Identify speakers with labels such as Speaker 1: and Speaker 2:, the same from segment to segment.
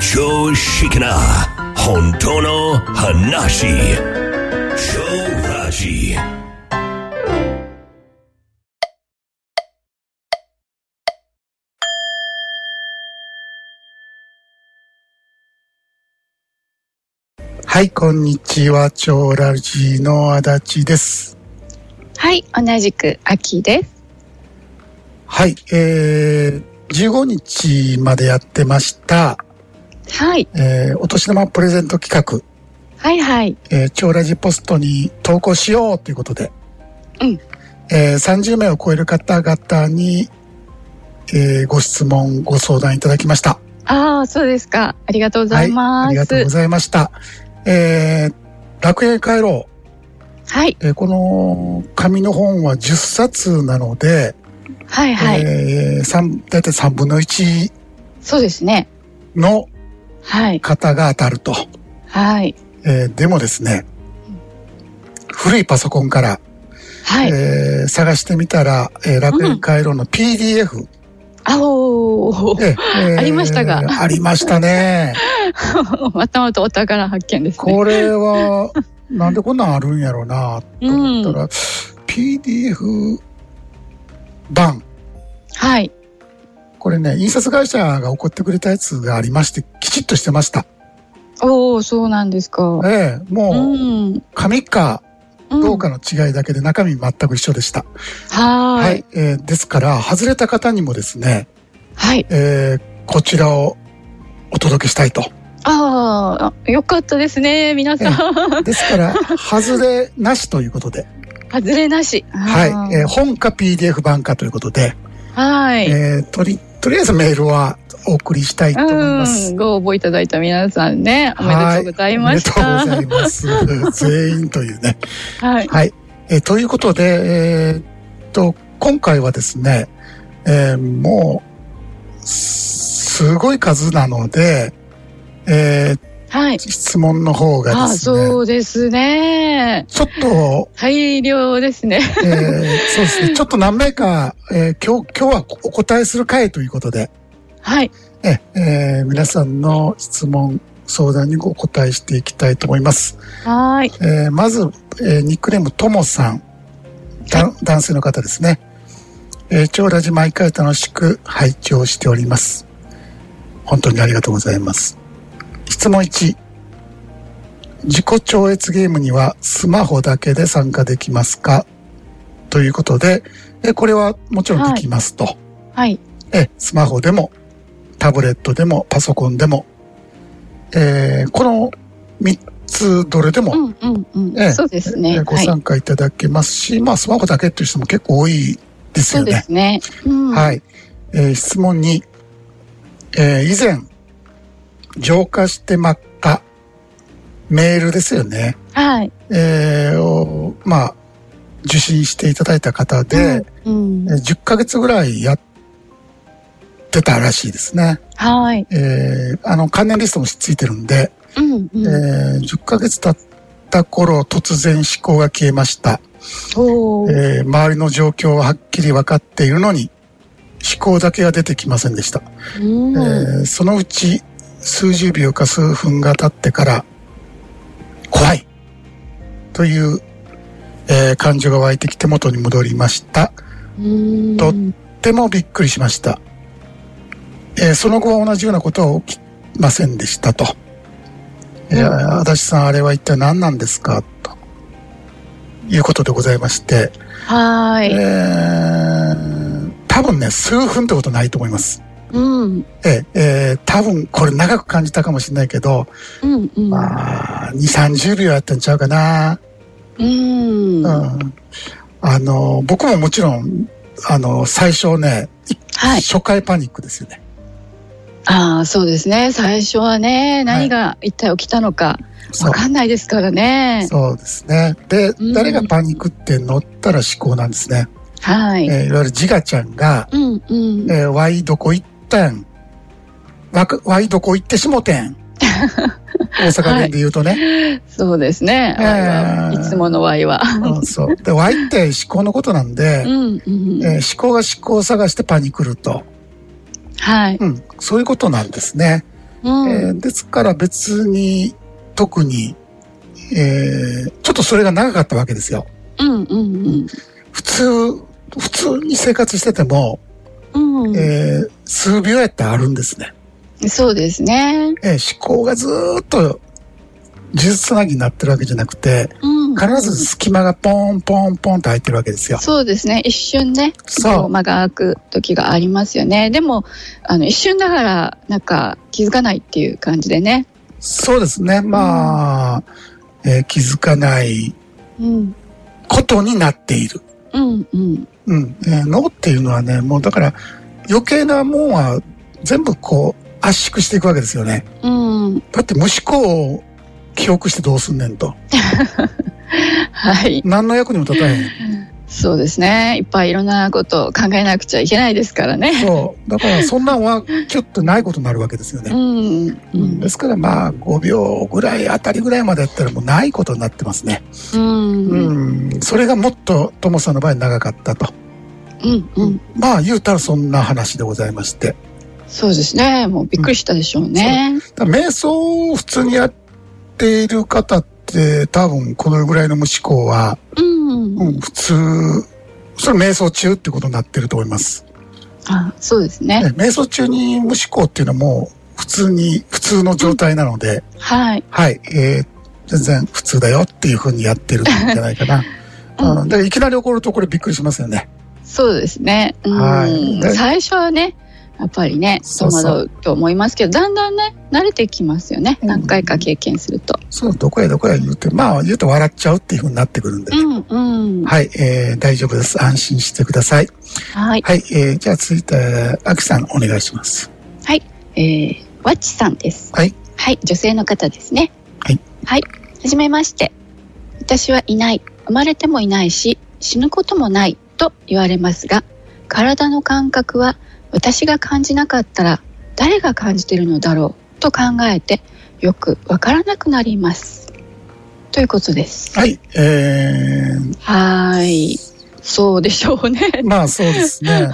Speaker 1: 常識な本当の話超ラジ
Speaker 2: はい、こんにちは。超ラジの足立です。
Speaker 3: はい、同じく秋です。
Speaker 2: はい、えー、15日までやってました、
Speaker 3: はい、
Speaker 2: えー、お年玉プレゼント企
Speaker 3: はいはい、
Speaker 2: 画、えー、超ラジポストに投稿しようということで、
Speaker 3: うん
Speaker 2: えー、30名を超える方々に、えー、ご質問、ご相談いただきました。
Speaker 3: ああ、そうですか。ありがとうござい
Speaker 2: あ
Speaker 3: ま
Speaker 2: りが
Speaker 3: す。
Speaker 2: とうございました。えー、楽園へ帰ろう。
Speaker 3: はい、
Speaker 2: えー、この紙の本は10冊なので、
Speaker 3: はいはい、
Speaker 2: えー、三大体3分の1
Speaker 3: そうですね。
Speaker 2: の
Speaker 3: はい、
Speaker 2: 方が当たると、
Speaker 3: はい、
Speaker 2: えーでもですね古いパソコンから、
Speaker 3: はい。
Speaker 2: えー探してみたら、えー楽園回路の PDF、
Speaker 3: あおー
Speaker 2: えー
Speaker 3: ありましたが
Speaker 2: ありました ね
Speaker 3: またまたお宝発見ですね。
Speaker 2: これはなんでこんなんあるんやろうなと思ったら、PDF 版
Speaker 3: はい、
Speaker 2: これね印刷会社が送ってくれたやつがありましてきちっとしてました、
Speaker 3: おお、そうなんですか。
Speaker 2: えー
Speaker 3: う、
Speaker 2: もうん紙か
Speaker 3: うん
Speaker 2: どうかの違いだけで中身全く一緒でした。
Speaker 3: は
Speaker 2: は
Speaker 3: ー
Speaker 2: い、
Speaker 3: い、
Speaker 2: えーですから、外れた方にもですね、
Speaker 3: はい、
Speaker 2: えーこちらをお届けしたい と。
Speaker 3: ああ、よかったですね、皆さん。
Speaker 2: ですから、外れなしということで、
Speaker 3: 外れなし。 あ
Speaker 2: は
Speaker 3: ー
Speaker 2: い、えー本か PDF 版かということで、
Speaker 3: はい。
Speaker 2: えーとり、とりあえずメールはお送りしたいと思います
Speaker 3: うん、。ご応募いただいた皆さんね、おめでとうございました。
Speaker 2: はいおめ
Speaker 3: は
Speaker 2: でとうござい ます。全員というね。
Speaker 3: い、
Speaker 2: はい。えーということで、えーっと、今回はですね、えーもう、すすごい数なので、えー
Speaker 3: はい。
Speaker 2: 質問の方が
Speaker 3: あ、
Speaker 2: です
Speaker 3: そ
Speaker 2: ね、
Speaker 3: うですね。
Speaker 2: ちょっと、
Speaker 3: 大量ですね。
Speaker 2: えーそうですね、ちょっと何名か、えー今日、今日はお答えする回ということで、
Speaker 3: はい、
Speaker 2: えーえー皆さんの質問、相談にお答えしていきたいと思います。
Speaker 3: はーい、
Speaker 2: えーまず、えーニックネームともさんだ男性の方ですね、えー、超ラジ毎回楽しく拝聴しております本当にありがとうございます質問1自己超越ゲームにはスマホだけで参加できますかということで、えーこれはもちろんできますと、
Speaker 3: はい、
Speaker 2: え、スマホでも、タブレットでも、パソコンでも、えーこの3つどれでも、
Speaker 3: うん、うん、うん、
Speaker 2: ええ
Speaker 3: そうですね。
Speaker 2: えーご
Speaker 3: はい、
Speaker 2: 参加いただけますし、まあ、スマホだけっていう人も結構多いです
Speaker 3: そ
Speaker 2: よ
Speaker 3: うで
Speaker 2: ね。
Speaker 3: すね。うん、
Speaker 2: はい。えー質問に、えー以前、浄化してまったメールですよね。
Speaker 3: はい、
Speaker 2: えーを、まあ、受信していただいた方で、
Speaker 3: うん、
Speaker 2: えー10ヶ月ぐらいやってたらしいですね。
Speaker 3: はい、
Speaker 2: えーあの、関連リストもついてるんで、
Speaker 3: うん、うん、
Speaker 2: えー10ヶ月経った頃、突然思考が消えました。
Speaker 3: おー
Speaker 2: えー周りの状況ははっきり分かっているのに、思考だけが出てきませんでした。
Speaker 3: うん、
Speaker 2: えーそのうち、数十秒か数分が経ってから、怖いという、えー感情が湧いてきて元に戻りました。
Speaker 3: うん
Speaker 2: ととてもびっくりしました、えーその後は同じようなことは起きませんでしたと、えー足立さんあれは一体何なんですかということでございまして、
Speaker 3: は
Speaker 2: え
Speaker 3: い、
Speaker 2: ー多分ね数分ってことないと思います
Speaker 3: うん、
Speaker 2: えーえー多分これ長く感じたかもしれないけど、
Speaker 3: うん、うん、
Speaker 2: まあ2 3 0秒やったんちゃうかな
Speaker 3: うん、
Speaker 2: う
Speaker 3: は
Speaker 2: んあの僕ももちろんあの最初ね、
Speaker 3: い。
Speaker 2: 初回パニックですよね
Speaker 3: ああ、そうですね。最初はね、何が一体起きたのか、
Speaker 2: そう
Speaker 3: わかんないですからね。
Speaker 2: そうですね。で、
Speaker 3: うん
Speaker 2: 誰がパニックって乗ったら思考なんですね。
Speaker 3: はい。
Speaker 2: えーいわゆるジガちゃんが、
Speaker 3: うんうん。
Speaker 2: えー、ワイどこ行ったんわくワイどこ行ってしもて ん大阪弁で言うとね。
Speaker 3: そうですね。
Speaker 2: えー
Speaker 3: ワイはいつものワイは。
Speaker 2: うん、そう。で、ワイって思考のことなんで
Speaker 3: う、んうん。
Speaker 2: えー思考が思考を探してパニクると。
Speaker 3: はい。
Speaker 2: うん、そういうことなんですね。
Speaker 3: うん。
Speaker 2: えーですから別に特に、えーちょっとそれが長かったわけですよ。
Speaker 3: うんうん
Speaker 2: 普通、普通に生活してても、
Speaker 3: うん。うん。
Speaker 2: えー数秒やったらあるんですね。
Speaker 3: そうですね。
Speaker 2: えー思考がずーっと呪術つなぎになってるわけじゃなくて、
Speaker 3: うん。
Speaker 2: 必ず隙間がポンポンポンと入ってるわけですよ。
Speaker 3: そうですね。一瞬ね、
Speaker 2: そう
Speaker 3: こ間が空く時がありますよね。でも、あの、一瞬だから、なんか気づかないっていう感じでね。
Speaker 2: そうですね。まあ、えー気づかない
Speaker 3: うん。
Speaker 2: ことになっている。
Speaker 3: うんうん。
Speaker 2: うん。えー脳っていうのはね、もうだから余計なもんは全部こう圧縮していくわけですよね。
Speaker 3: うん。
Speaker 2: だって無思考を記憶してどうすんねんと。
Speaker 3: はい。
Speaker 2: 何の役にも立たへん。
Speaker 3: そうですね。いっぱいいろんなことを考えなくちゃいけないですからね。
Speaker 2: そう。だからそんなんはちょっとないことになるわけですよ
Speaker 3: う
Speaker 2: ね。
Speaker 3: ん。うん。
Speaker 2: うん、ですからまあ5秒ぐらいあたりぐらいまでやったらもうないことになってますね。
Speaker 3: うん。うん。
Speaker 2: うん。それがもっとともさんの場合長かったと。
Speaker 3: うん。
Speaker 2: まあ言うたらそんな話でございまして。
Speaker 3: そうですね。もうびっくりしたでしょうね。
Speaker 2: だから瞑想を普通にやっている方って多分このぐらいの無思考は、
Speaker 3: うん。
Speaker 2: うん、普通、それ瞑想中ってことになってると思います。
Speaker 3: あ、そうです
Speaker 2: ね
Speaker 3: ね。
Speaker 2: 瞑想中に無思考っていうのはもう普通に、普通の状態なので、
Speaker 3: はい。
Speaker 2: はい、えー全然普通だよっていうふうにやってるんじゃないかな。
Speaker 3: うん
Speaker 2: うん、だからいきなり起こるとこれびっくりしますよね。
Speaker 3: そうですね。うん
Speaker 2: はいで
Speaker 3: 最初はね、やっぱりね、戸
Speaker 2: そうそう
Speaker 3: 惑うと思いますけど、だんだんね、慣れてきますよね。
Speaker 2: うん
Speaker 3: 何回か経験すると。
Speaker 2: そう、どこやどこや言うて、まあ言うと笑っちゃうっていうふうになってくるんで。
Speaker 3: うん、うん。
Speaker 2: はい、えー大丈夫です。安心してください。
Speaker 3: はい。
Speaker 2: はい、えーじゃあ続いて、あきさんお願いします。
Speaker 3: えー、わっちさんです。
Speaker 2: はい。
Speaker 3: はい、女性の方ですね。
Speaker 2: はい。
Speaker 3: はい。はじめまして。私はいない。生まれてもいないし、死ぬこともないと言われますが、体の感覚は私が感じなかったら誰が感じてるのだろうと考えてよくわからなくなります。ということです。
Speaker 2: はい、えー、
Speaker 3: はーい。そうでしょうね。
Speaker 2: まあそうですね。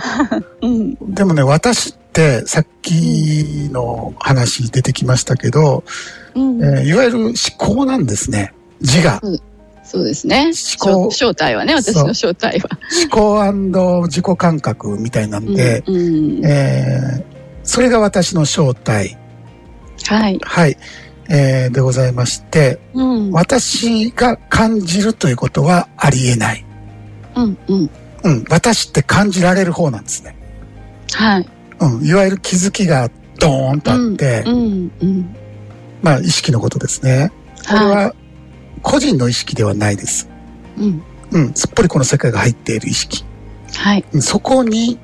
Speaker 3: うん。
Speaker 2: でもね、私ってさっきの話出てきましたけど、
Speaker 3: うん。
Speaker 2: えーいわゆる思考なんですね。自我。
Speaker 3: そうですね。
Speaker 2: 思考
Speaker 3: 正正体はね、私の正体は。
Speaker 2: 思考自己感覚みたいなんで、
Speaker 3: うんうん
Speaker 2: えーそれが私の正体。
Speaker 3: はい。
Speaker 2: はい。えーでございまして、
Speaker 3: うん。
Speaker 2: 私が感じるということはありえない。
Speaker 3: うんうん。
Speaker 2: うん。私って感じられる方なんですね。
Speaker 3: はい。
Speaker 2: うん。いわゆる気づきがドーンとあって、
Speaker 3: うんうん。
Speaker 2: まあ意識のことですね。これ
Speaker 3: い。
Speaker 2: は個人の意識ではないです。
Speaker 3: うん。
Speaker 2: うん、すっぽりこの世界が入っている意識。
Speaker 3: はい。
Speaker 2: うんそこに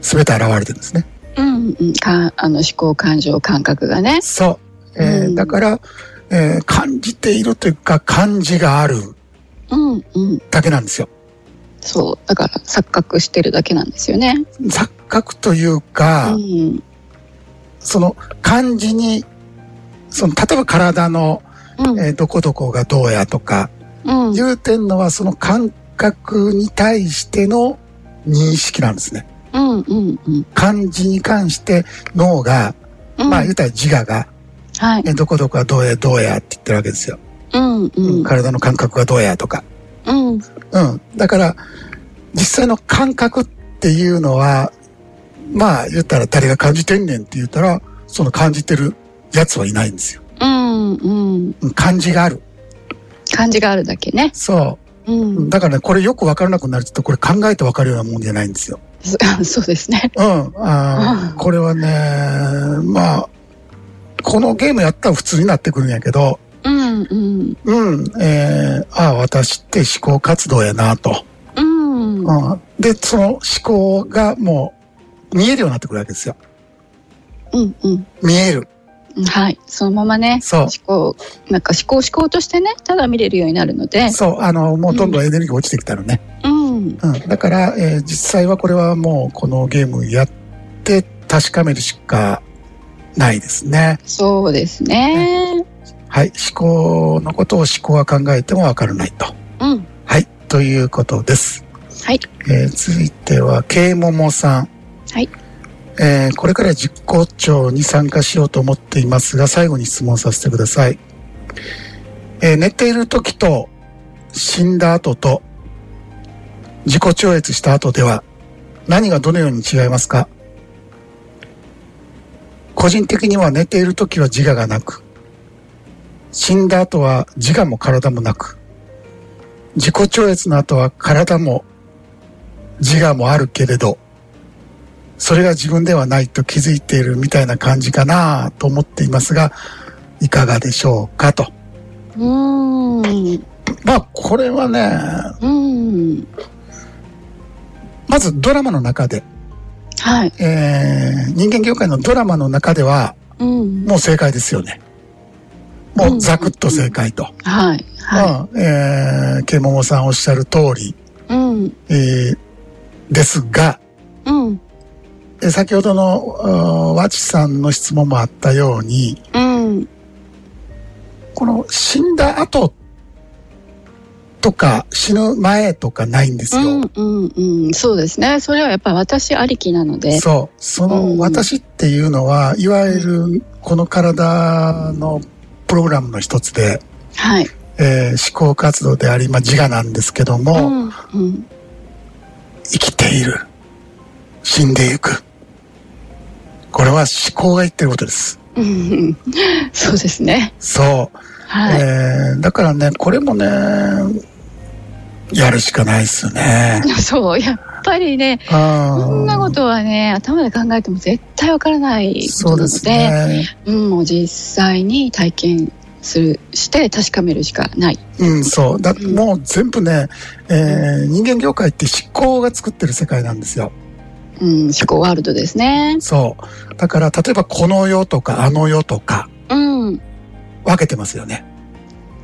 Speaker 2: 全て現れてるんですね。
Speaker 3: うんうん。か、あの思考感情感覚がね。
Speaker 2: そう。えー
Speaker 3: うん
Speaker 2: だから、えー感じているというか感じがある
Speaker 3: うんうん。
Speaker 2: だけなんですよ。
Speaker 3: そう。だから錯覚してるだけなんですよね。
Speaker 2: 錯覚という
Speaker 3: う
Speaker 2: か、
Speaker 3: ん。
Speaker 2: その感じに、その、例えば体の、
Speaker 3: うん
Speaker 2: えーどこどこがどうやとか、
Speaker 3: うん。
Speaker 2: 言うてんのはその感覚に対しての認識なんですね。
Speaker 3: うんうんうん。
Speaker 2: 感じに関して脳が、
Speaker 3: うん
Speaker 2: まあ言うたら自我が、
Speaker 3: はい。
Speaker 2: ね、どこどこはどうやどうやって言ってるわけですよ。
Speaker 3: うんうん。
Speaker 2: 体の感覚がどうやとか。
Speaker 3: うん。
Speaker 2: うん。だから、実際の感覚っていうのは、まあ言ったら誰が感じてんねんって言ったら、その感じてるやつはいないんですよ。
Speaker 3: うんうん。
Speaker 2: うん感じがある。
Speaker 3: 感じがあるだけね。
Speaker 2: そうう。
Speaker 3: ん。
Speaker 2: だからね、これよくわからなくなると、これ考えてわかるようなもんじゃないんですよ。
Speaker 3: そそうですね。
Speaker 2: うん。あ
Speaker 3: うん
Speaker 2: ーこれはね、まあ、このゲームやったら普通になってくるんやけど、
Speaker 3: うんうん。
Speaker 2: うん、えー、ああ、私って思考活動やなと。
Speaker 3: うん。
Speaker 2: うん、で、その思考がもう見えるようになってくるわけですよ。
Speaker 3: うんうん。
Speaker 2: 見える。
Speaker 3: はい。そのままね、
Speaker 2: そう
Speaker 3: 思考、なんか思考思考としてね、ただ見れるようになるので、
Speaker 2: そう、あの、もうどんどんエネルギー落ちてきたのね。
Speaker 3: うん。
Speaker 2: うん。だから、えー実際はこれはもうこのゲームやって確かめるしかないですね。
Speaker 3: そうですね。
Speaker 2: はい。思考のことを思考は考えてもわからないと。
Speaker 3: うん。
Speaker 2: はい。ということです。
Speaker 3: はい。
Speaker 2: えー続いては、ケイモモさん。
Speaker 3: はい。
Speaker 2: えーこれから実行庁に参加しようと思っていますが、最後に質問させてください。えー寝ている時と、死んだ後と、自己超越した後では、何がどのように違いますか個人的には寝ている時は自我がなく、死んだ後は自我も体もなく、自己超越の後は体も自我もあるけれど、それが自分ではないと気づいているみたいな感じかなと思っていますが、いかがでしょうかと。
Speaker 3: うーん。
Speaker 2: まあ、これはね、
Speaker 3: うん。
Speaker 2: まずドラマの中で、
Speaker 3: はい。
Speaker 2: えー人間業界のドラマの中では、
Speaker 3: うん。
Speaker 2: もう正解ですよね。もうザクッと正解と。
Speaker 3: はい。は
Speaker 2: まあ、えー、ケモモさんおっしゃる通り、
Speaker 3: い。うん。
Speaker 2: えーですが、
Speaker 3: うん。
Speaker 2: えー先ほどの、あーワチさんの質問もあったように、
Speaker 3: うん。
Speaker 2: この死んだ後とか死ぬ前とかないんです
Speaker 3: う
Speaker 2: よ。
Speaker 3: ん。うん。うん。そうですね。それはやっぱり私ありきなので。
Speaker 2: そう。そ
Speaker 3: うん
Speaker 2: の私っていうのは、いわゆるこの体のプログラムの一つで、
Speaker 3: はい。
Speaker 2: えー思考活動であり、まあ、自我なんですけど
Speaker 3: う
Speaker 2: も、
Speaker 3: ん。うん。
Speaker 2: 生きている。死んでいく。これは思考が言ってることです。
Speaker 3: うん。 そうですね。
Speaker 2: そう。
Speaker 3: はい。
Speaker 2: えーだからね、これもね、やるしかないですよね。
Speaker 3: そう。やっぱりね、そん
Speaker 2: ん
Speaker 3: なことはね、頭で考えても絶対わからないことなので、
Speaker 2: ね。
Speaker 3: うん、もう実際に体験する、して確かめるしかない。
Speaker 2: うん、そう。だ、
Speaker 3: ん
Speaker 2: もう全部ね、えー人間業界って思考が作ってる世界なんですよ。
Speaker 3: うん、思考ワールドですね。
Speaker 2: そう。だから、例えばこの世とかあの世とか
Speaker 3: うん。
Speaker 2: 分けてますよね。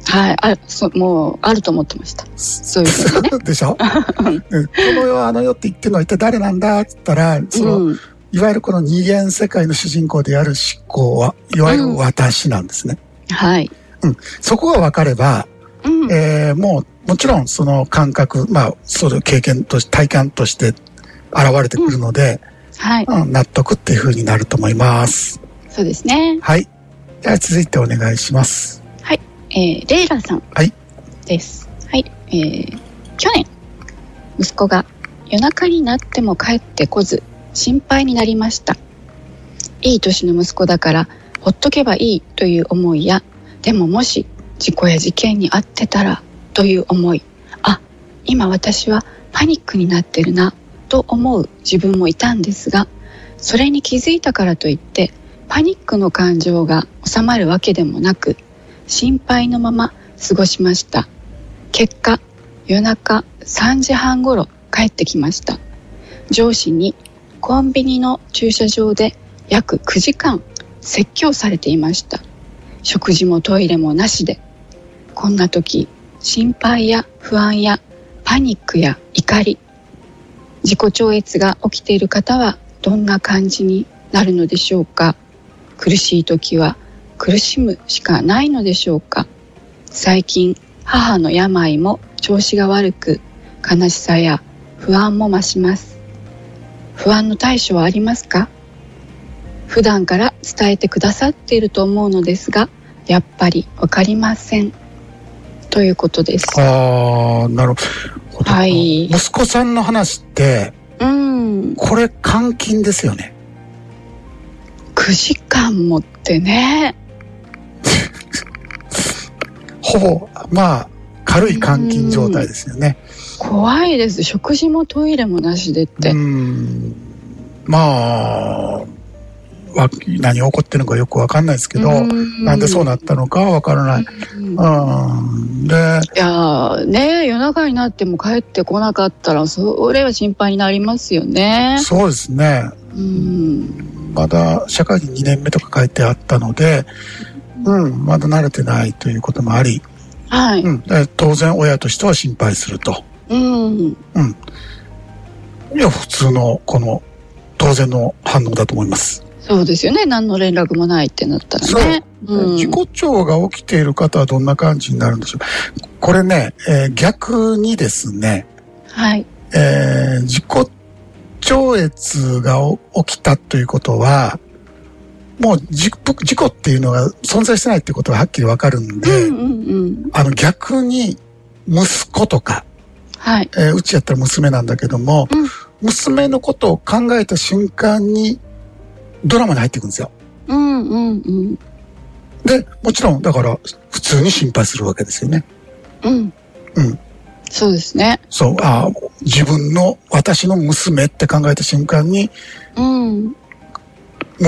Speaker 3: はい。あ、そもう、あると思ってました。そういうこと ね。
Speaker 2: でしょうんこの世あの世って言ってるのは一体誰なんだって言ったら、その、
Speaker 3: うん。
Speaker 2: いわゆるこの二元世界の主人公である思考は、いわゆる私なんですね。
Speaker 3: はい。
Speaker 2: そこが分かれば、
Speaker 3: うん。
Speaker 2: えーもう、もちろんその感覚、まあ、その経験として、体感として現れてくるので、
Speaker 3: はい。
Speaker 2: うん納得っていう風になると思います。
Speaker 3: そうですね。
Speaker 2: はい。では続いてお願いします。
Speaker 3: えーレイラさん。
Speaker 2: はい
Speaker 3: です。はい。えー去年、息子が夜中になっても帰ってこず、心配になりました。いい年の息子だから、ほっとけばいいという思いや、でももし、事故や事件に遭ってたら、という思い。あ、今私はパニックになってるな、と思う自分もいたんですが、それに気づいたからといって、パニックの感情が収まるわけでもなく、心配のまま過ごしました結果夜中3時半ごろ帰ってきました上司にコンビニの駐車場で約9時間説教されていました食事もトイレもなしでこんな時心配や不安やパニックや怒り自己超越が起きている方はどんな感じになるのでしょうか苦しい時は苦しむしかないのでしょうか最近母の病も調子が悪く悲しさや不安も増します不安の対処はありますか普段から伝えてくださっていると思うのですがやっぱりわかりませんということです
Speaker 2: あー、なるほど。
Speaker 3: はい
Speaker 2: 息子さんの話って、
Speaker 3: うん
Speaker 2: これ監禁ですよね。
Speaker 3: 9時間もってね
Speaker 2: ほぼ、まあ、軽い監禁状態ですよね。
Speaker 3: 怖いです食事もトイレもなしでっ
Speaker 2: う
Speaker 3: て
Speaker 2: ん。まあ、わ何が起こってるのかよくわかんないですけど、なんでそうなったのかはわからない。
Speaker 3: うん
Speaker 2: うん。で、
Speaker 3: いやーね夜中になっても帰ってこなかったらそれは心配になりますよね。
Speaker 2: そうですね。
Speaker 3: うん
Speaker 2: まだ社会に2年目とか書いてあったので、うん、まだ慣れてないということもあり、
Speaker 3: はい。
Speaker 2: うん、え当然親としては心配すると。
Speaker 3: うん。
Speaker 2: いや、普通の、この、当然の反応だと思います。
Speaker 3: そうですよね。何の連絡もないってなったらね。うん
Speaker 2: 自己調が起きている方はどんな感じになるんでしょうこれね、えー逆にですね、
Speaker 3: はい。
Speaker 2: えー自己超越がお起きたということは、もう事故事故っていうのが存在してないってことははっきりわかるんで、
Speaker 3: うんうんうん。
Speaker 2: あの逆に息子とか、
Speaker 3: はい。
Speaker 2: えーうちやったら娘なんだけども、
Speaker 3: うん
Speaker 2: 娘のことを考えた瞬間にドラマに入っていくんですよ。
Speaker 3: うんうんうん。
Speaker 2: で、もちろんだから普通に心配するわけですよね。
Speaker 3: うん。
Speaker 2: うん。
Speaker 3: そうですね。
Speaker 2: そう、ああ、自分の私の娘って考えた瞬間に
Speaker 3: うん。
Speaker 2: も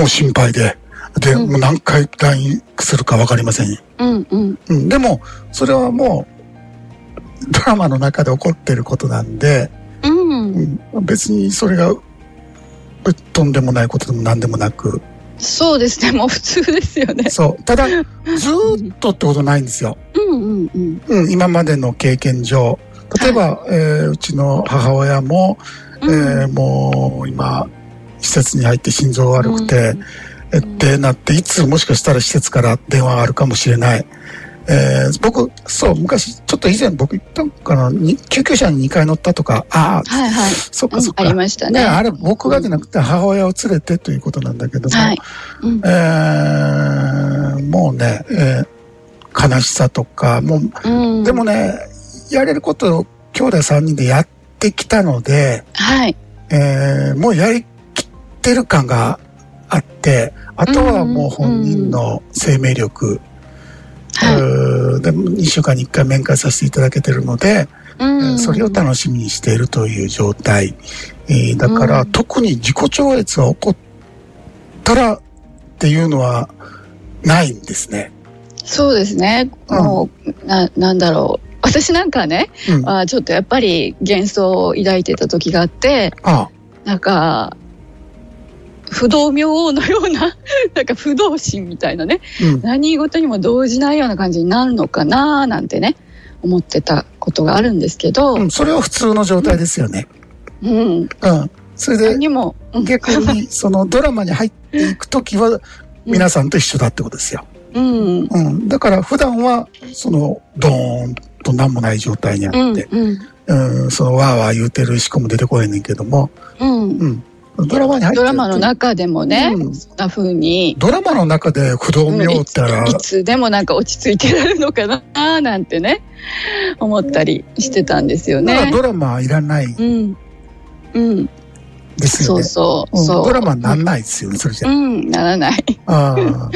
Speaker 2: う心配で、で、
Speaker 3: うん
Speaker 2: もう何回 LINE するかわかりませんよ。
Speaker 3: うんうん。
Speaker 2: うん、でも、それはもう、ドラマの中で起こってることなんで、
Speaker 3: うん。
Speaker 2: うん、別にそれが、うとんでもないことでも何でもなく、
Speaker 3: そうですね。もう普通ですよね。
Speaker 2: そう。ただ、ずーっとってことないんですよ。
Speaker 3: うんうんうん。
Speaker 2: うん、今までの経験上。例えば、えーうちの母親も、えーもう今、施設に入って心臓悪くて、えってなって、いつもしかしたら施設から電話があるかもしれない。えー僕、そう、昔、ちょっと以前僕言ったのかな、に救急車に2回乗ったとか、ああ、
Speaker 3: はいはい。
Speaker 2: そっ
Speaker 3: う
Speaker 2: か
Speaker 3: ん
Speaker 2: そっか。
Speaker 3: ありましたね。
Speaker 2: あれ僕がじゃなくて母親を連れてということなんだけども、
Speaker 3: はい。うん
Speaker 2: えーもうね、えー悲しさとか、もう、
Speaker 3: うん。
Speaker 2: でもね、やれることを兄弟3人でやってきたので、
Speaker 3: はい。
Speaker 2: えーもうやりきってる感があって、あとはもう本人の生命力、
Speaker 3: は
Speaker 2: うーで2週間に1回面会させていただけてるので、
Speaker 3: い。う
Speaker 2: えー
Speaker 3: ん。
Speaker 2: それを楽しみにしているという状態。えーだから、
Speaker 3: うん
Speaker 2: 特に自己超越が起こったらっていうのはないんですね。
Speaker 3: そうですね。
Speaker 2: うん
Speaker 3: もう、な、なんだろう。私なんかね、
Speaker 2: うん、あ
Speaker 3: あーちょっとやっぱり幻想を抱いてた時があって、
Speaker 2: あ、
Speaker 3: なんか、不動明王のような、 なんか不動心みたいなね、
Speaker 2: うん、
Speaker 3: 何事にも動じないような感じになるのかなーなんてね、思ってたことがあるんですけど、
Speaker 2: うん。それは普通の状態ですよね。
Speaker 3: うん。
Speaker 2: うん。それで
Speaker 3: 何、にも、うん
Speaker 2: 逆に、そのドラマに入っていくときは、皆さんと一緒だってことですよ。
Speaker 3: うん。
Speaker 2: うん。だから、普段は、その、ドーンと何もない状態にあ
Speaker 3: うん
Speaker 2: って、
Speaker 3: うん
Speaker 2: うん、その、わーわー言うてるしこも出てこへんねんけども、
Speaker 3: うん
Speaker 2: うん。ドラマに入って
Speaker 3: ド
Speaker 2: る
Speaker 3: ラマの中でもね、
Speaker 2: うん
Speaker 3: そんな風に、
Speaker 2: ドラマの中で不動明王ってあら
Speaker 3: いつでもなんか落ち着いてられるのかなーなんてね、思ったりしてたんですよ
Speaker 2: なら
Speaker 3: ね。
Speaker 2: ドラマいらない
Speaker 3: うん。うん。
Speaker 2: ですよ
Speaker 3: そう
Speaker 2: ね。
Speaker 3: そう、
Speaker 2: うん
Speaker 3: そう。
Speaker 2: ドラマになんないですよね、それじ
Speaker 3: う
Speaker 2: ゃ。
Speaker 3: ん、ならない。
Speaker 2: ああ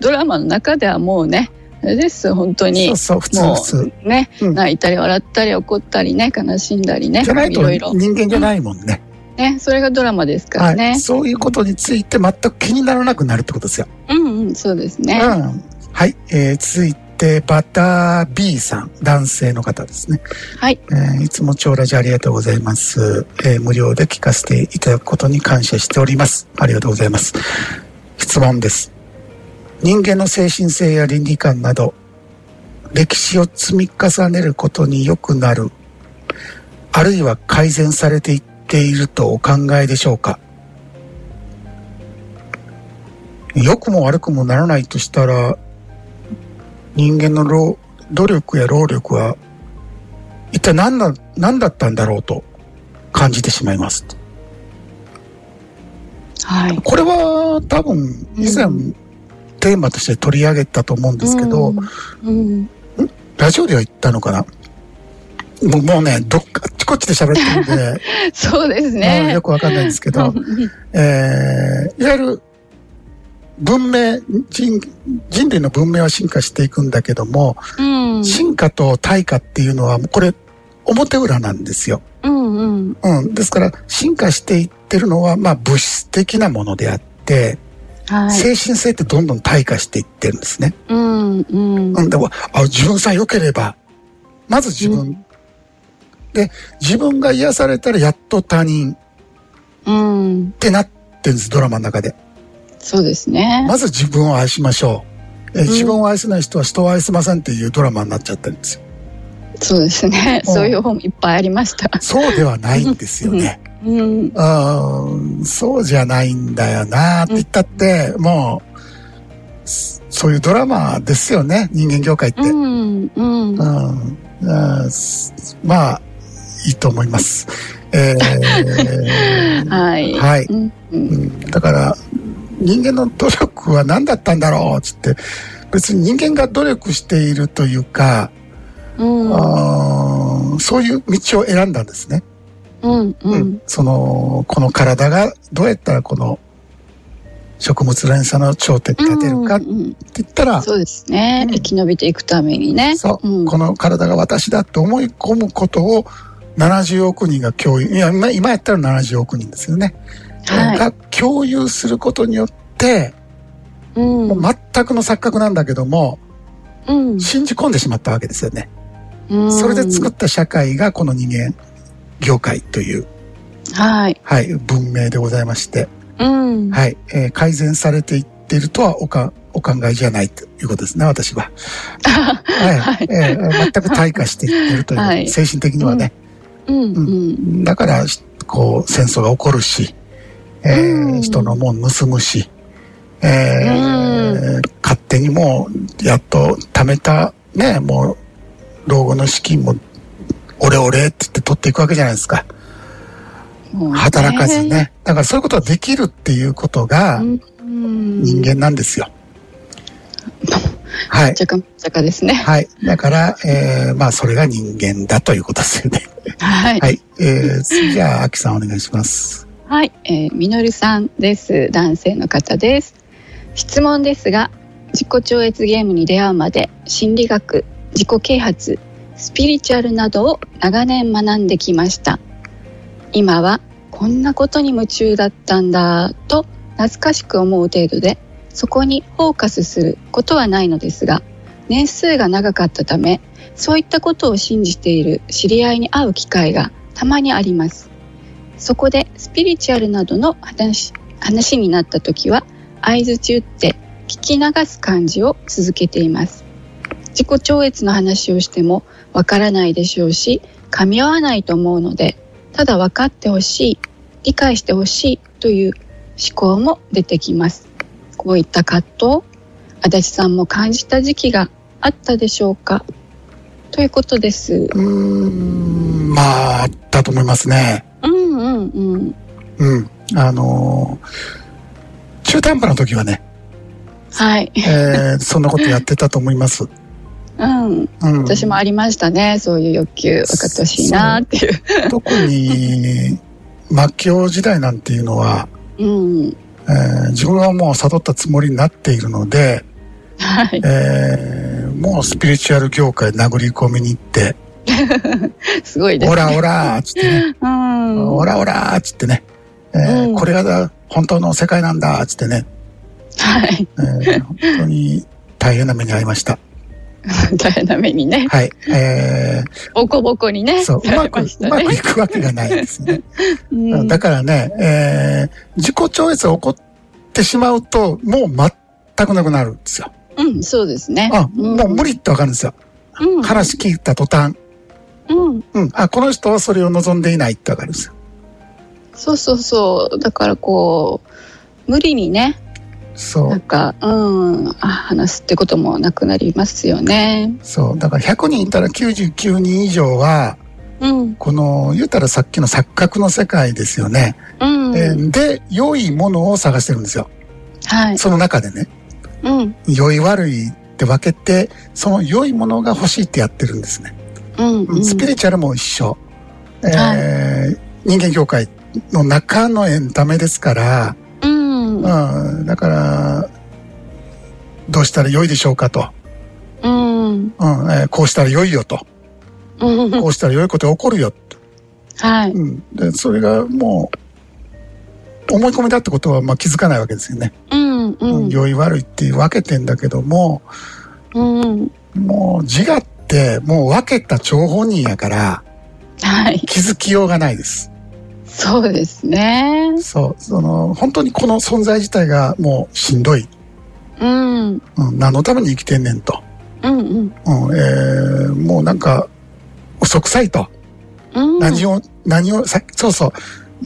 Speaker 3: ドラマの中ではもうね、あれです、本当
Speaker 2: そ
Speaker 3: に
Speaker 2: う。そう、普
Speaker 3: も
Speaker 2: 通
Speaker 3: う
Speaker 2: 普通。
Speaker 3: ね、
Speaker 2: うん
Speaker 3: 泣いたり笑ったり怒ったりね、悲しんだりね、
Speaker 2: じゃない
Speaker 3: いろい
Speaker 2: と
Speaker 3: ろ。
Speaker 2: 人間じゃないもんね。
Speaker 3: ね、それがドラマですから
Speaker 2: は
Speaker 3: ね
Speaker 2: い。。そういうことについて全く気にならなくなるってことですよ。
Speaker 3: うんうん、そうです
Speaker 2: うん。
Speaker 3: ね。
Speaker 2: はい。えー続いて、バター B さん、男性の方ですね。
Speaker 3: はい。
Speaker 2: えーいつも超ラジありがとうございます、えー無料で聞かせていただくことに感謝しております。ありがとうございます。質問です。人間の精神性や倫理観など、歴史を積み重ねることに良くなる、あるいは改善されていっているとお考えでしょうか良くも悪くもならないとしたら、人間の労努力や労力は一体何だ何だったんだろうと感じてしまいますと
Speaker 3: はい。
Speaker 2: これは多分以前、
Speaker 3: うん
Speaker 2: テーマとして取り上げたと思うんですけど、
Speaker 3: うん、うん
Speaker 2: ラジオでは言ったのかなもうもうねどっかあっちこっちで喋って るんで、
Speaker 3: そうです
Speaker 2: もう
Speaker 3: ね、
Speaker 2: よ。くわかんないんですけど えー、いわゆる文明人人類の文明は進化していくんだけども、
Speaker 3: うん、うん
Speaker 2: 進化と対価っていうのはもうこれ表裏なんですよ。
Speaker 3: うん、
Speaker 2: うん、ですから進化していってるのは、まあ、物質的なものであって、
Speaker 3: はい。
Speaker 2: 精神性ってどんどん退化していってるんですね。
Speaker 3: うん、うん、
Speaker 2: うん、でもあ自分さえ良ければまず自分、で自分が癒されたらやっと他人っ
Speaker 3: うん、
Speaker 2: てなってるんですドラマの中で。
Speaker 3: そうですね。
Speaker 2: まず自分を愛しましょう。え
Speaker 3: ん
Speaker 2: 自分を愛せない人は人を愛せませんっていうドラマになっちゃってるんですよ。
Speaker 3: そうですね。
Speaker 2: うん
Speaker 3: そういう本いっぱいありました。
Speaker 2: そうではないんですよね。
Speaker 3: うん、
Speaker 2: うん、そうじゃないんだよなって言ったって、もう、そそういうドラマですよね、人間業界って。
Speaker 3: う
Speaker 2: うん。
Speaker 3: ん、うん、
Speaker 2: うんまあ、いいと思います。え
Speaker 3: はい。
Speaker 2: はい
Speaker 3: うんうん
Speaker 2: ーだから人間の努力は何だったんだろうっつって別に人間が努力しているというか、
Speaker 3: うん
Speaker 2: あーそういう道を選んだんですね、
Speaker 3: うんうん
Speaker 2: そのこの体がどうやったらこの食物連鎖の頂点に立てるかっ
Speaker 3: うん
Speaker 2: て
Speaker 3: うん
Speaker 2: 言ったら、
Speaker 3: そうですね、
Speaker 2: うん
Speaker 3: 生き延びていくためにね
Speaker 2: そう、
Speaker 3: ん、
Speaker 2: この体が私だと思い込むことを70億人が共有いや今今やったら70億人ですよね、
Speaker 3: は
Speaker 2: が共有することによって
Speaker 3: い、うん
Speaker 2: もう全くの錯覚なんだけども
Speaker 3: うん
Speaker 2: 信じ込んでしまったわけですよね、
Speaker 3: うん
Speaker 2: それで作った社会がこの人間業界という、
Speaker 3: はい、
Speaker 2: はい、文明でございまして、
Speaker 3: うん
Speaker 2: はいえー改善されていっているとはおかお考えじゃないということですね私 は、はい
Speaker 3: はい
Speaker 2: えー全く退化していってるという、
Speaker 3: はい
Speaker 2: 精神的にはね、
Speaker 3: うんうん
Speaker 2: だから、しこう、戦争が起こるし、えー
Speaker 3: うん
Speaker 2: 人のもん盗むし、えー勝手にもう、やっと貯めた、ね、もう、老後の資金も、俺俺って言って取っていくわけじゃないですか。
Speaker 3: もうね
Speaker 2: 働かずね。だからそういうことができるっていうことが
Speaker 3: う、んうん
Speaker 2: 人間なん ですよ。はい。
Speaker 3: 若干若ですね
Speaker 2: はい。だから、えーまあ、それが人間だということですよね。
Speaker 3: はい
Speaker 2: はい。えー、次じゃあ、秋さんお願いします。
Speaker 3: はい、えーみのるさんです。男性の方です。質問ですが、自己超越ゲームに出会うまで心理学、自己啓発、スピリチュアルなどを長年学んできました。今はこんなことに夢中だったんだと懐かしく思う程度で、そこにフォーカスすることはないのですが、年数が長かったため、そういったことを信じている知り合いに会う機会がたまにあります。そこでスピリチュアルなどの話話になった時は合図中って聞き流す感じを続けています自己超越の話をしてもわからないでしょうし噛み合わないと思うのでただ分かってほしい理解してほしいという思考も出てきますこういった葛藤足立さんも感じた時期があったでしょうかということです
Speaker 2: うーんまあ、あったと思いますね。
Speaker 3: うんうんうん
Speaker 2: うん。あのー中途半端な時はね、
Speaker 3: はい
Speaker 2: えーそんなことやってたと思います。
Speaker 3: うん
Speaker 2: うん、
Speaker 3: 私もありましたねそういう欲求分かってほしいなっていう
Speaker 2: 特に、末教時代なんていうのは、
Speaker 3: うん
Speaker 2: えー自分はもう悟ったつもりになっているので、
Speaker 3: はい
Speaker 2: えーもうスピリチュアル業界殴り込みに行って、
Speaker 3: すごいです
Speaker 2: オラオラーっつってね、
Speaker 3: うん
Speaker 2: オ
Speaker 3: は
Speaker 2: ラオラーっつってね、えー
Speaker 3: うん
Speaker 2: これが本当の世界なんだっつってね、
Speaker 3: い
Speaker 2: えー本当に大変な目に遭いま した。
Speaker 3: 大変な目にね
Speaker 2: はい。え
Speaker 3: ボコボコに
Speaker 2: ー
Speaker 3: ね
Speaker 2: そう、う
Speaker 3: さ
Speaker 2: ま
Speaker 3: れ
Speaker 2: く、
Speaker 3: まし
Speaker 2: う
Speaker 3: た
Speaker 2: ま
Speaker 3: ね
Speaker 2: くいくわけがないです ね。
Speaker 3: うん
Speaker 2: だからね、えー自己超越が起こってしまうと、もう全くなくなるんですよ。
Speaker 3: うんそうですね
Speaker 2: あ、もう無理ってわかるんですよ。
Speaker 3: うん
Speaker 2: 話聞いた途端。
Speaker 3: うん
Speaker 2: うん。あ、この人はそれを望んでいないってわかるんですよ。
Speaker 3: そうそうそうだからこう無理にね
Speaker 2: そ
Speaker 3: なん
Speaker 2: う、
Speaker 3: かうんあ話すってこともなくなりますよね
Speaker 2: そう。だから100人いたら99人以上は、
Speaker 3: うん
Speaker 2: この、言うたらさっきの錯覚の世界ですよね。
Speaker 3: うん
Speaker 2: えーで、良いものを探してるんですよ。
Speaker 3: はい
Speaker 2: その中でね。
Speaker 3: うん
Speaker 2: 良い悪いって分けて、その良いものが欲しいってやってるんですね。
Speaker 3: うんうん
Speaker 2: スピリチュアルも一緒。えー人間業界の中のエンタメですから、
Speaker 3: うん
Speaker 2: うん、だから、どうしたら良いでしょうかと。
Speaker 3: うん
Speaker 2: うんえーこうしたら良いよと。
Speaker 3: うん
Speaker 2: こうしたら良いことが起こるよと。
Speaker 3: はい
Speaker 2: うん、でそれがもう、思い込みだってことはまあ気づかないわけですよね。
Speaker 3: うんう
Speaker 2: うん
Speaker 3: ん
Speaker 2: 良い悪いって分けてんだけども、
Speaker 3: うん
Speaker 2: もう自我ってもう分けた張本人やから
Speaker 3: はい、
Speaker 2: 気づきようがないです。
Speaker 3: そうですね。
Speaker 2: そう、その本当にこの存在自体がもうしんどい。
Speaker 3: うん、うん、
Speaker 2: うん、何のために生きてんねんと。
Speaker 3: うん、
Speaker 2: うん、えー、もうなんか、嘘くさいと。
Speaker 3: うん。
Speaker 2: 何
Speaker 3: を。
Speaker 2: を、何を、さそうそう。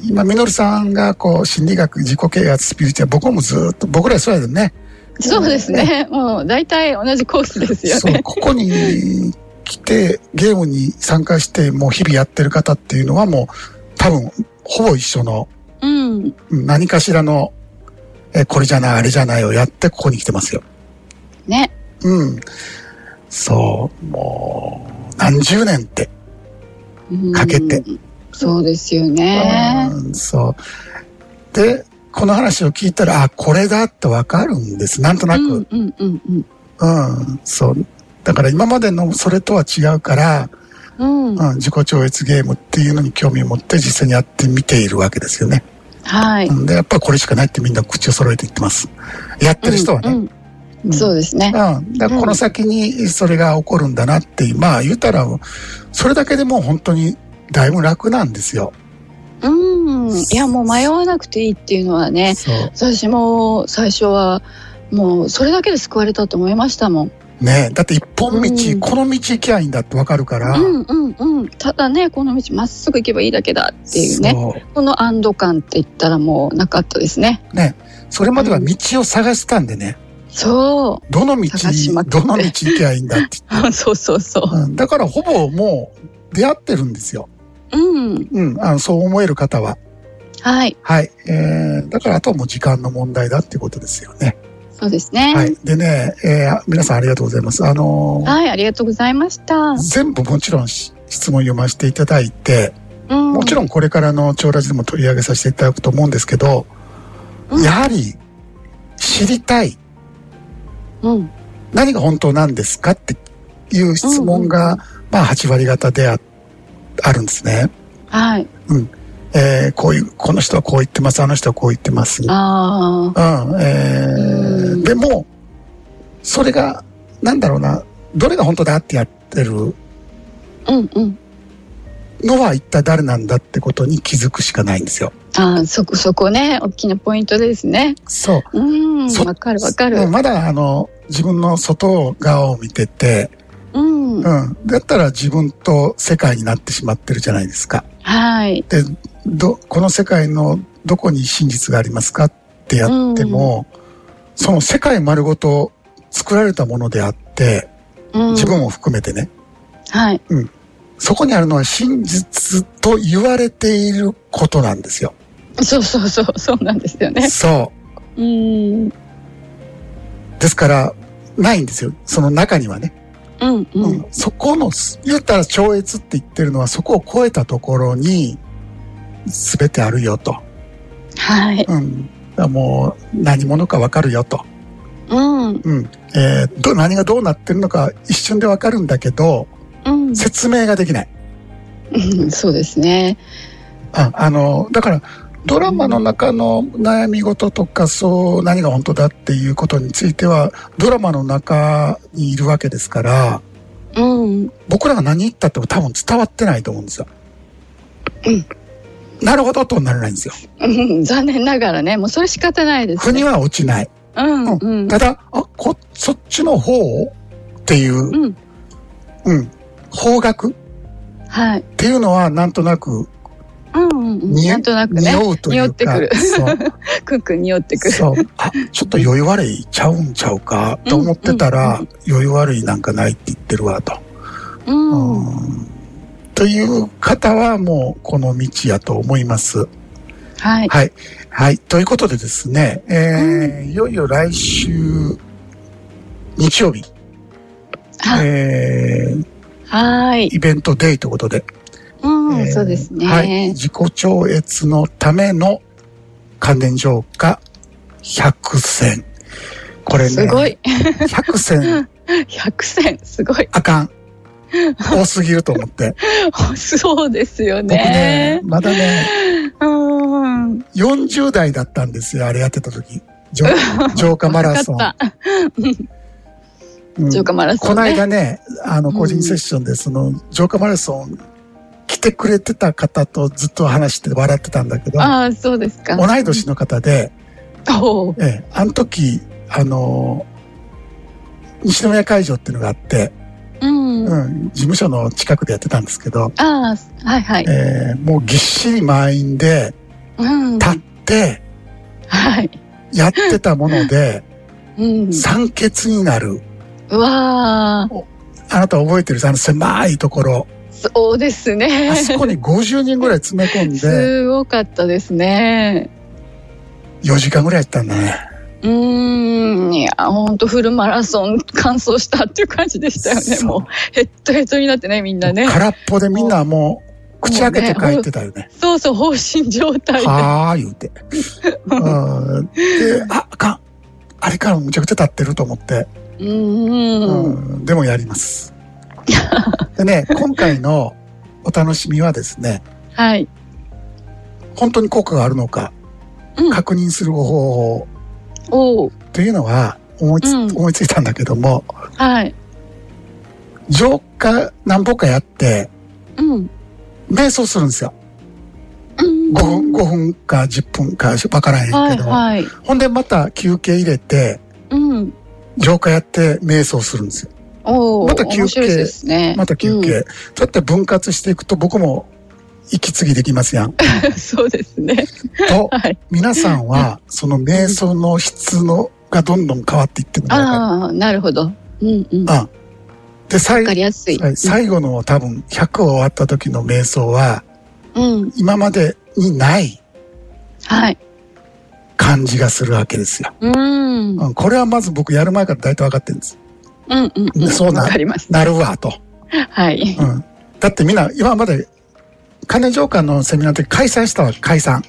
Speaker 2: 今、みのるさんが、こう、心理学、自己啓発、スピリチュアル、僕もずっと、僕らそうやでね。
Speaker 3: そうですね。もう大体同じコースですよ
Speaker 2: そ
Speaker 3: ね
Speaker 2: う、。ここに来て、ゲームに参加して、もう日々やってる方っていうのはもう、多分、ほぼ一緒の、
Speaker 3: うん。
Speaker 2: うん何かしらの、えーこれじゃない、あれじゃないをやって、ここに来てますよ。
Speaker 3: ね。
Speaker 2: うん。そう、もう、何十年って。
Speaker 3: うん
Speaker 2: かけて。
Speaker 3: そうですよね。
Speaker 2: うん、そう。で、この話を聞いたら、あ、これだってわかるんです。なんとなく。
Speaker 3: うんうんうん
Speaker 2: うん、そう。だから今までのそれとは違うから、
Speaker 3: うん。うん。
Speaker 2: うん、自己超越ゲームっていうのに興味を持って実際にやってみているわけですよね。
Speaker 3: はい。
Speaker 2: うんで、やっぱこれしかないってみんな口を揃えて言ってます。やってる人はね。
Speaker 3: うんうんそうですね。
Speaker 2: うん、だからこの先にそれが起こるんだなっていう、まあ言うたら、それだけでもう本当にだいぶ楽なんですよ。
Speaker 3: うん。いや、もう迷わなくていいっていうのはね、
Speaker 2: そう。
Speaker 3: 私も最初は、もうそれだけで救われたと思いましたもん。
Speaker 2: ねだって一本道、
Speaker 3: うん
Speaker 2: この道行きゃいいんだってわかるから。
Speaker 3: うんうんうん。ただね、この道まっすぐ行けばいいだけだっていうね。
Speaker 2: そう
Speaker 3: この安堵感って言ったらもうなかったですね。
Speaker 2: それまでは道を探したんでね、
Speaker 3: そ
Speaker 2: どの道
Speaker 3: 探しま、くって
Speaker 2: どの道行きゃいいんだって
Speaker 3: う。 そうそうそう。
Speaker 2: うん、だからほぼもう出会ってるんですよ。
Speaker 3: うん。
Speaker 2: うん、あのそう思える方は。
Speaker 3: はい。
Speaker 2: はい。えー、だからあとはもう時間の問題だってことですよね。
Speaker 3: そうですね。
Speaker 2: はい。でね、えー皆さんありがとうございます。あのー
Speaker 3: はい、ありがとうございました。
Speaker 2: 全部もちろんし質問読ませていただいて、
Speaker 3: うん、
Speaker 2: もちろんこれからの長ラジでも取り上げさせていただくと思うんですけど、
Speaker 3: うん
Speaker 2: やはり知りたい。
Speaker 3: うん。
Speaker 2: 何が本当なんですかっていう質問が、
Speaker 3: うん
Speaker 2: まあ8割方でああるんですね。
Speaker 3: はい。
Speaker 2: えーこういう、この人はこう言ってます、あの人はこう言ってます。うん、
Speaker 3: ああ。
Speaker 2: え
Speaker 3: う
Speaker 2: ー、
Speaker 3: ん
Speaker 2: でも、それが、なんだろうな、どれが本当だってやってる
Speaker 3: うんうん。
Speaker 2: のは一体誰なんだってことに気づくしかないんですよ。
Speaker 3: ああ、そこそこね、大きなポイントですね。
Speaker 2: そう。
Speaker 3: うん。
Speaker 2: そ
Speaker 3: わかるわか
Speaker 2: うん
Speaker 3: る。
Speaker 2: まだ、あの、自分の外側を見てて、
Speaker 3: うん。
Speaker 2: うん。だったら自分と世界になってしまってるじゃないですか。
Speaker 3: はい。
Speaker 2: で、ど、この世界のどこに真実がありますかってやっても、その世界丸ごと作られたものであって、
Speaker 3: うん。
Speaker 2: 自分も含めてね、
Speaker 3: はい。
Speaker 2: そこにあるのは真実と言われていることなんですよ。
Speaker 3: そうそうそう、そうなんですよね。
Speaker 2: そ
Speaker 3: うん。
Speaker 2: う。ですから、ないんですよ。その中にはね。
Speaker 3: うんう
Speaker 2: うん
Speaker 3: ん。
Speaker 2: そこの、言ったら超越って言ってるのは、そこを超えたところに、全てあるよと。
Speaker 3: はい。
Speaker 2: うん。だからもう、何者かわかるよと。
Speaker 3: うん。
Speaker 2: うん。えーど、何がどうなってるのか一瞬でわかるんだけど、
Speaker 3: うん。
Speaker 2: 説明ができない。
Speaker 3: うんそうですね。
Speaker 2: ああの、だから、ドラマの中の悩み事とか、そう、何が本当だっていうことについては、ドラマの中にいるわけですから、
Speaker 3: うん。
Speaker 2: 僕らが何言ったっても多分伝わってないと思うんですよ。
Speaker 3: うん
Speaker 2: なるほどとはならないんですよ。
Speaker 3: うん残念ながらね、もうそれ仕方ないです
Speaker 2: 腑に
Speaker 3: ね。
Speaker 2: は落ちない。
Speaker 3: うんうん。
Speaker 2: ただ、あ、こ、そっちの方をっていう、
Speaker 3: うん。
Speaker 2: うん、方角っ
Speaker 3: はい。
Speaker 2: ていうのはなんとなく
Speaker 3: うんうんうん。
Speaker 2: に
Speaker 3: なんとなくね。
Speaker 2: 匂うというか。
Speaker 3: 匂ってくる
Speaker 2: そう。
Speaker 3: くんくん匂ってくる。
Speaker 2: そう。あ、ちょっと余裕悪いちゃうんちゃうか、と思ってたら、
Speaker 3: うんうん
Speaker 2: 余裕悪いなんかないって言ってるわ、と。
Speaker 3: うん。
Speaker 2: うんという方はもうこの道やと思います。
Speaker 3: はい。
Speaker 2: はい。はい。ということでですね、えーいよいよ来週、日曜日、
Speaker 3: は
Speaker 2: えー
Speaker 3: はーい。
Speaker 2: イベントデイということで、え
Speaker 3: うん、
Speaker 2: ー
Speaker 3: そうですね。
Speaker 2: はい。自己超越のための関連浄化100選。これね、
Speaker 3: すごい。
Speaker 2: 100選
Speaker 3: 100選、すごい。
Speaker 2: あかん。多すぎると思って。
Speaker 3: そうですよ
Speaker 2: 僕ね
Speaker 3: ね、。
Speaker 2: まだね、
Speaker 3: うん。
Speaker 2: 40代だったんですよ、あれやってた時。浄浄化マラソン。
Speaker 3: わかった
Speaker 2: うん
Speaker 3: 浄化マラソ
Speaker 2: こ
Speaker 3: ン
Speaker 2: の
Speaker 3: ね。
Speaker 2: 間ね、あの、個人セッションで、その、浄化マラソン来てくれてた方とずっと話して笑ってたんだけど、
Speaker 3: ああ、そうですか。
Speaker 2: 同い年の方で、
Speaker 3: おー
Speaker 2: ええ、あの時、あの、西宮会場っていうのがあって、
Speaker 3: うん。あ
Speaker 2: うん、事務所の近くでやってたんですけど、
Speaker 3: あー、はいはい。
Speaker 2: えーもうぎっしり満員で、
Speaker 3: うん。
Speaker 2: 立って、
Speaker 3: はい。
Speaker 2: やってたもので、
Speaker 3: うん。
Speaker 2: 酸欠になる。
Speaker 3: うわあ、
Speaker 2: あなた覚えてるあの狭いところ。
Speaker 3: そうですね
Speaker 2: あ。そこに50人ぐらい詰め込んです
Speaker 3: ごかったですね。
Speaker 2: 4時間ぐらいやったんだね
Speaker 3: うーん、いや、本当フルマラソン完走したっていう感じでしたよね。
Speaker 2: そう
Speaker 3: もう、ヘッドヘッドになってね、みんなね。
Speaker 2: 空っぽでみんなもう口開けて帰ってたよね
Speaker 3: そうそう、放心状態で。
Speaker 2: はー言うてうんでああかんあれからむちゃくちゃ立ってると思って、
Speaker 3: うん
Speaker 2: う
Speaker 3: うんん。
Speaker 2: でもやりますでね今回のお楽しみはですね
Speaker 3: はい。
Speaker 2: 本当に効果があるのか
Speaker 3: うん
Speaker 2: 確認する方法
Speaker 3: おう
Speaker 2: というのは思いつ,、
Speaker 3: うん
Speaker 2: 思いついたんだけども
Speaker 3: はい。
Speaker 2: 浄化何本かやって
Speaker 3: うん。
Speaker 2: 瞑想するんですよ
Speaker 3: う
Speaker 2: 5
Speaker 3: ん。
Speaker 2: 分 ,5 分か10分か分からへんけど、
Speaker 3: はいはい。
Speaker 2: ほんでまた休憩入れて
Speaker 3: うん。
Speaker 2: 浄化やって瞑想するんですよ
Speaker 3: おお。
Speaker 2: また休憩
Speaker 3: 面白いですね。
Speaker 2: また休憩、
Speaker 3: う
Speaker 2: そうやって分割していくと僕も息継ぎできます やんと
Speaker 3: ん。そうですね。はい。
Speaker 2: 皆さんはその瞑想の質のがどんどん変わっていってるのが分か
Speaker 3: ああ、なるほど。うんうん。
Speaker 2: あ
Speaker 3: わ
Speaker 2: るで最
Speaker 3: かりやすい。
Speaker 2: はい最後の多分100を終わった時の瞑想は
Speaker 3: うん。
Speaker 2: 今までにない
Speaker 3: はい。
Speaker 2: 感じがするわけですよ、
Speaker 3: うん。うん
Speaker 2: うん、これはまず僕やる前から大体分かってるんです
Speaker 3: うんうん。
Speaker 2: そうなん
Speaker 3: わかります。
Speaker 2: なるわと、
Speaker 3: はい。
Speaker 2: うん、だってみんな今まで金浄化のセミナーって開催したわけ解散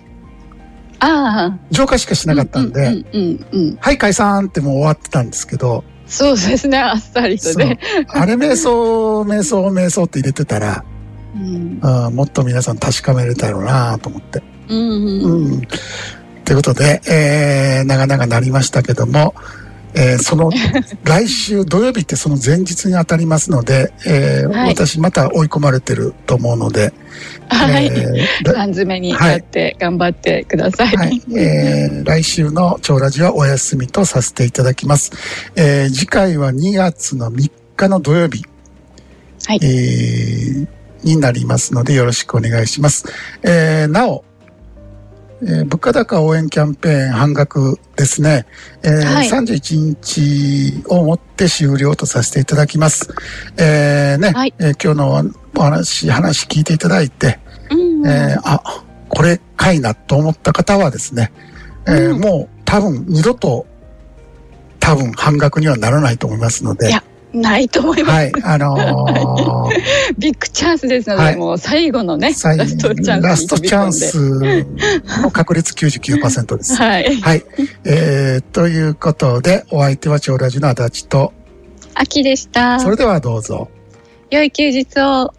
Speaker 3: ああ。
Speaker 2: 浄化しかしなかったんで、
Speaker 3: うんうんうんうん。
Speaker 2: はい解散ってもう終わってたんですけ ど、
Speaker 3: そうですね、あっさりと
Speaker 2: そう
Speaker 3: ね。
Speaker 2: あれ瞑想瞑想瞑想って入れてたら、
Speaker 3: うん
Speaker 2: あーもっと皆さん確かめれたろうなと思って。
Speaker 3: うんうん
Speaker 2: うん。ということで、えー、長々なりましたけども、えーそ の、来週土曜日ってその前日に当たりますので、えー
Speaker 3: はい
Speaker 2: 私また追い込まれてると思うので、
Speaker 3: はい。
Speaker 2: えー
Speaker 3: 缶
Speaker 2: ら
Speaker 3: 詰になって頑張ってください。
Speaker 2: はい、えー来週の超ラジはお休みとさせていただきます。えー次回は2月の3日の土曜日、
Speaker 3: はい
Speaker 2: えーになりますのでよろしくお願いします。えーなお、えー物価高応援キャンペーン半額ですね、えー
Speaker 3: はい
Speaker 2: 31日をもって終了とさせていただきます。えーね、
Speaker 3: はい
Speaker 2: えー今日のお話、話聞いていただいて、
Speaker 3: うんうん
Speaker 2: えーあ、これかいなと思った方はですね、えー
Speaker 3: うん
Speaker 2: もう多分二度と多分半額にはならないと思いますので
Speaker 3: い、やないと思います。
Speaker 2: はい、あの ー
Speaker 3: ビッグチャンスですの
Speaker 2: はい
Speaker 3: で、もう最後のね、
Speaker 2: 最後
Speaker 3: ラストチャンスに飛び込んで。
Speaker 2: ラストチャンスの確率99%です。
Speaker 3: はい。
Speaker 2: はい、えーということで、お相手は長ラジの足立と、
Speaker 3: 秋でした。
Speaker 2: それではどうぞ。
Speaker 3: 良い休日を。